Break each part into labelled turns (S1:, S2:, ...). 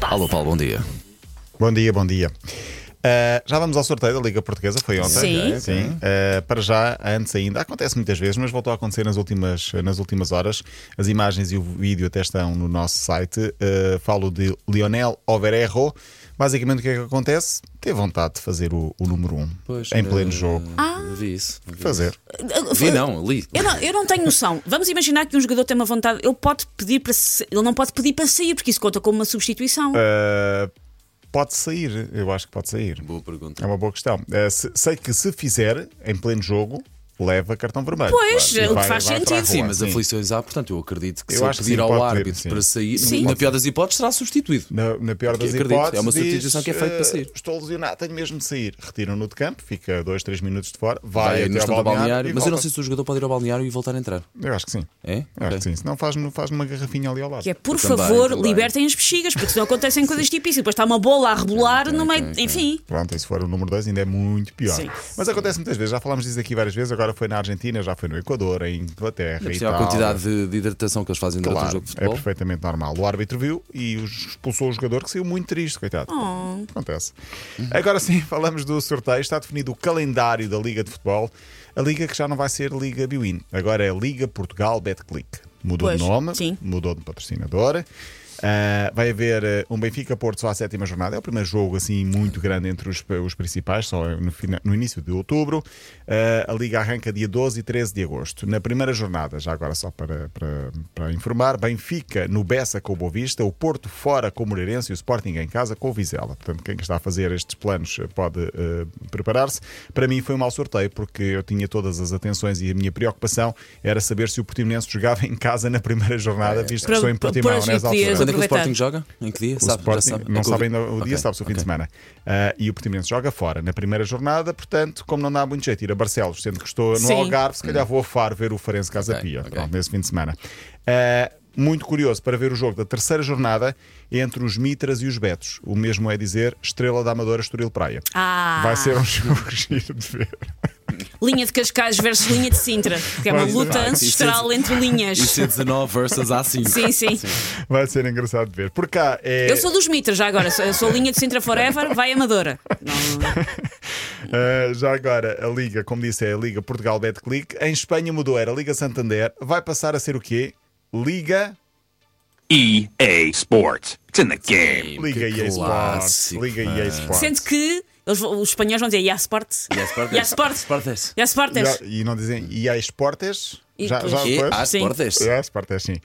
S1: Alô, Paulo, bom dia.
S2: Bom dia, bom dia. Ah, já vamos ao sorteio da Liga Portuguesa, foi ontem.
S3: Sim.
S2: Sim. Ah, para já, antes ainda, acontece muitas vezes, mas voltou a acontecer nas últimas, nas últimas horas. As imagens e o vídeo até estão no nosso site. Ah, falo de Lionel Overerro. Basicamente, o que é que acontece? Ter vontade de fazer o, o número 1 um, em pleno
S3: eh,
S2: jogo.
S3: ah.
S1: Vi isso. vi
S2: Fazer.
S1: isso. Vi não, li.
S3: Eu não, eu não tenho noção. Vamos imaginar que um jogador tem uma vontade. Ele pode pedir para sa- ele não pode pedir para sair porque isso conta como uma substituição.
S2: Ah, pode sair, eu acho que pode sair.
S1: Boa
S2: É
S1: pergunta.
S2: uma boa questão. Ah, se- sei que se fizer em pleno jogo, leva cartão vermelho. E
S3: Pois, o que
S2: vai-
S3: faz
S2: vai para a rua,
S3: sentido.
S1: Sim, mas aflições há, portanto, eu acredito que
S2: Eu
S1: se eu
S2: acho que
S1: pedir
S2: sim,
S1: ao
S2: pode pedir,
S1: árbitro
S2: sim.
S1: para sair,
S3: Sim.
S1: na pior das hipóteses, será substituído.
S2: Na, na pior das
S1: acredito,
S2: hipóteses.
S1: é uma
S2: diz,
S1: substituição que é feita para sair.
S2: "Eh, Estou lesionado, tenho mesmo de sair. Retiram-no de campo, fica dois, três minutos de fora, vai,
S1: Vai, no
S2: até ao
S1: instante ao
S2: balneário.
S1: balneário.
S2: e
S1: Mas eu não
S2: volta.
S1: sei se o jogador pode ir ao balneário e voltar a entrar.
S2: Eu acho que sim.
S1: É?
S2: Eu acho
S1: Ok.
S2: que sim. Senão faz, faz numa garrafinha ali ao lado.
S3: que é, por
S1: eu também,
S3: favor,
S1: também.
S3: libertem as bexigas, porque senão acontecem coisas difíceis. Depois está uma bola a rebolar no meio. Enfim.
S2: Pronto, e se for o número 2 ainda é muito pior.
S3: Sim.
S2: Mas acontece muitas vezes, já falámos disso aqui várias vezes, agora foi na Argentina, já foi no Equador, em Inglaterra.
S1: Por
S2: e
S1: isso, é A
S2: tal.
S1: quantidade de, de hidratação que eles fazem durante o
S2: Claro,
S1: jogo de
S2: é
S1: futebol.
S2: perfeitamente normal. O árbitro viu e os- expulsou o jogador que saiu muito triste, coitado.
S1: Oh.
S2: Acontece. Agora sim, falamos do sorteio. Está definido o calendário da Liga de Futebol. A liga que já não vai ser Liga Biwin. Agora é Liga Portugal Betclic. Mudou
S3: Pois,
S2: de nome,
S3: sim.
S2: mudou de patrocinador. Ah, vai haver ah, um Benfica-Porto só à sétima jornada. É o primeiro jogo assim muito grande entre os, os principais, só no, fina- no início de outubro. Ah, a Liga arranca dia 12 e 13 de agosto. Na primeira jornada, já agora só para, para, para informar, Benfica no Bessa com o Boavista, o Porto fora com o Moreirense e o Sporting em casa com o Vizela. Portanto, quem está a fazer estes planos eh, pode eh, preparar-se. Para mim foi um mau sorteio, porque eu tinha todas as atenções e a minha preocupação era saber se o Portimonense jogava em casa na primeira jornada, visto que
S3: Para-
S2: estou em
S3: para-
S2: Portimão
S3: para-
S2: nessa
S3: podias-
S2: altura.
S1: Quando é que o
S3: Aproveitar.
S1: Sporting joga? Em que dia?
S2: O
S1: Sabe, já
S2: Sporting
S1: sabe.
S2: não
S1: É que eu
S2: sabe
S1: vi.
S2: ainda o dia,
S1: Ok,
S2: sabe-se o fim de
S1: ok.
S2: semana. Ah, e o Portimonense joga fora na primeira jornada, portanto, como não dá muito jeito ir a Barcelos, sendo que estou no
S3: Sim.
S2: Algarve, se calhar vou a Faro ver o Farense Casa
S1: Hum. Ok,
S2: Pia,
S1: ok.
S2: pronto, nesse fim de semana. Ah, muito curioso para ver o jogo da terceira jornada entre os Mitras e os Betos. O mesmo é dizer Estrela da Amadora Estoril Praia.
S3: Ah.
S2: Vai ser um jogo giro de ver.
S3: Linha de Cascais versus linha de Sintra, que é uma
S2: Pois,
S3: luta
S2: vai.
S3: ancestral entre linhas.
S1: Isso é 19 versus A5.
S3: Sim, sim.
S2: Vai ser engraçado de ver. Por cá é.
S3: Eu sou dos Mitras já agora. Sou, sou linha de Sintra Forever, vai Amadora. Não-
S2: Uh, já agora, a Liga, como disse, é a Liga Portugal Betclic. Em Espanha mudou, era a Liga Santander. Vai passar a ser o quê? Liga.
S4: EA E Sports. It's in the game.
S2: Liga
S1: que
S2: EA Sports.
S1: clássico,
S2: Liga EA Sports.
S3: Sendo que eles vão- os espanhóis vão dizer Yasport.
S1: é-
S3: Yasport.
S1: Sportes.
S2: Ah,
S3: Yasportes.
S2: Já- e não dizem EA Sportes?
S3: E
S2: Já, já
S1: E
S2: depois?
S1: há
S3: Sim.
S1: Sportes.
S2: É, Sportes, sim. Uh,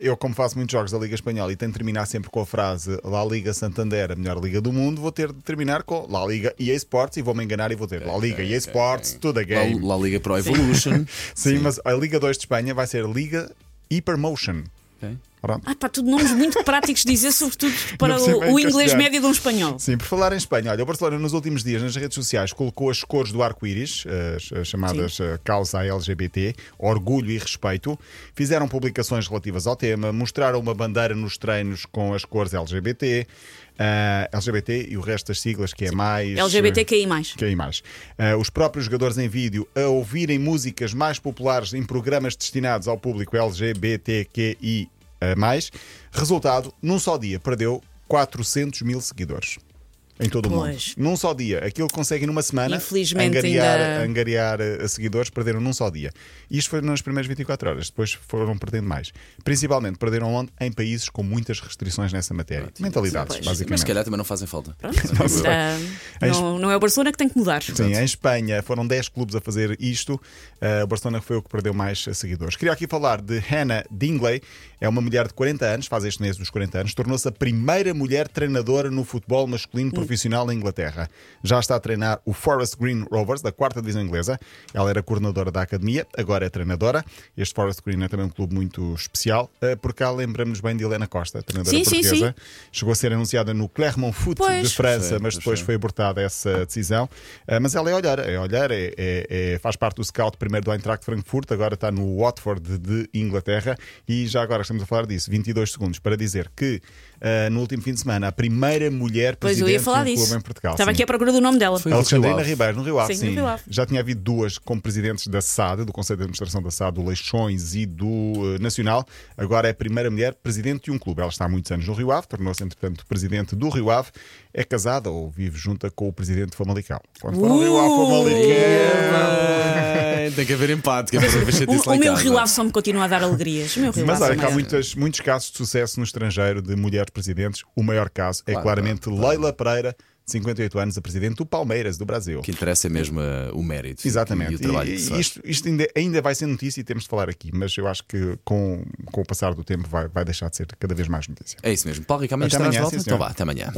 S2: eu, como faço muitos jogos da Liga Espanhola e tenho de terminar sempre com a frase La Liga Santander, a melhor liga do mundo, vou ter de terminar com La Liga EA Sports e vou-me enganar e vou ter La Liga EA Sports, tudo a game.
S1: La, La Liga Pro Evolution.
S2: Sim, mas a Liga 2 de Espanha vai ser Liga Hypermotion.
S1: Ok.
S2: Pronto.
S3: Ah, pá, tudo nomes muito práticos de dizer, sobretudo para
S2: Não sei bem
S3: o, o inglês
S2: castelhano.
S3: médio de um espanhol.
S2: Sim, por falar em Espanha, olha, o Barcelona nos últimos dias nas redes sociais colocou as cores do arco-íris, as, as chamadas eh, causa LGBT, orgulho e respeito. Fizeram publicações relativas ao tema, mostraram uma bandeira nos treinos com as cores LGBT, ah, LGBT e o resto das siglas que é mais.
S3: LGBTQI+. mais.
S2: Que aí mais. Ah, os próprios jogadores em vídeo a ouvirem músicas mais populares em programas destinados ao público LGBTQI. eh, mais. Resultado, num só dia perdeu 400 mil seguidores. Em todo
S3: Pois.
S2: o mundo. Num só dia. Aquilo que conseguem numa semana
S3: Infelizmente,
S2: angariar,
S3: ainda-
S2: angariar eh, seguidores, perderam num só dia. Isto foi nas primeiras 24 horas, depois foram perdendo mais. Principalmente perderam onde? Em países com muitas restrições nessa matéria. Mentalidades,
S3: pois.
S2: basicamente.
S1: Mas se calhar também não fazem falta.
S3: Ah, não, não é o Barcelona que tem que mudar.
S2: Sim, é em Espanha foram 10 clubes a fazer isto. Uh, o Barcelona foi o que perdeu mais uh, seguidores. Queria aqui falar de Hannah Dingley, é uma mulher de 40 anos, faz este mês dos 40 anos, tornou-se a primeira mulher treinadora no futebol masculino profissional na Inglaterra. Já está a treinar o Forest Green Rovers, da quarta divisão inglesa. Ela era coordenadora da academia, agora é treinadora. Este Forest Green é também um clube muito especial. Uh, por cá lembramos bem de Helena Costa, treinadora
S3: Sim, sim,
S2: portuguesa. Chegou a ser anunciada no Clermont Foot
S3: Pois.
S2: de França,
S1: Sei,
S2: mas
S1: eu
S2: depois
S1: sei.
S2: foi abortada essa decisão. Ah, mas ela é olheira, é olheira, é- é- é- faz parte do scout primeiro do Eintracht Frankfurt, agora está no Watford de Inglaterra. E já agora estamos a falar disso, 22 segundos, para dizer que ah, no último fim de semana a primeira mulher
S3: Pois
S2: presidente
S3: eu ia falar
S2: de um
S3: disso.
S2: clube em Portugal.
S3: Estava
S2: sim.
S3: aqui à procura do nome dela.
S1: Foi- Rio
S2: Alexandrina
S1: Ave.
S2: Ribeiro, no Rio Ave,
S3: Sim,
S2: sim.
S3: no Rio Ave.
S2: Já tinha havido duas como presidentes da SAD, do Conselho de Administração da SAD, do Leixões e do eh, Nacional. Agora é a primeira mulher presidente de um clube. Ela está há muitos anos no Rio Ave, tornou-se, entretanto, presidente do Rio Ave. É casada ou vive junta com o presidente de Famalicão. Quando for ao Rio Ave, Famalicão.
S1: Tem que haver empate, que é para ver se eu disse
S3: O,
S1: lá
S3: o
S1: em
S3: meu
S1: casa.
S3: Rio Ave só me continua a dar alegrias. O meu Rio
S2: Mas
S3: Ave
S2: olha que há
S3: também.
S2: muitas- muitos casos de sucesso no estrangeiro de mulheres presidentes. O maior caso é
S1: Claro,
S2: claramente Leila Pereira, de 58 anos, a presidente do Palmeiras, do Brasil.
S1: O que interessa é mesmo eh, o mérito.
S2: Exatamente.
S1: E o trabalho
S2: E-
S1: que se
S2: e
S1: faz.
S2: isto isto ainda, ainda vai ser notícia e temos de falar aqui, mas eu acho que com, com o passar do tempo vai, vai deixar de ser cada vez mais notícia.
S1: É isso mesmo. Paulo Ricardo, amanhã
S2: Até
S1: estarás de
S2: amanhã,
S1: volta?
S2: sim,
S1: Então
S2: senhor.
S1: vá, até amanhã.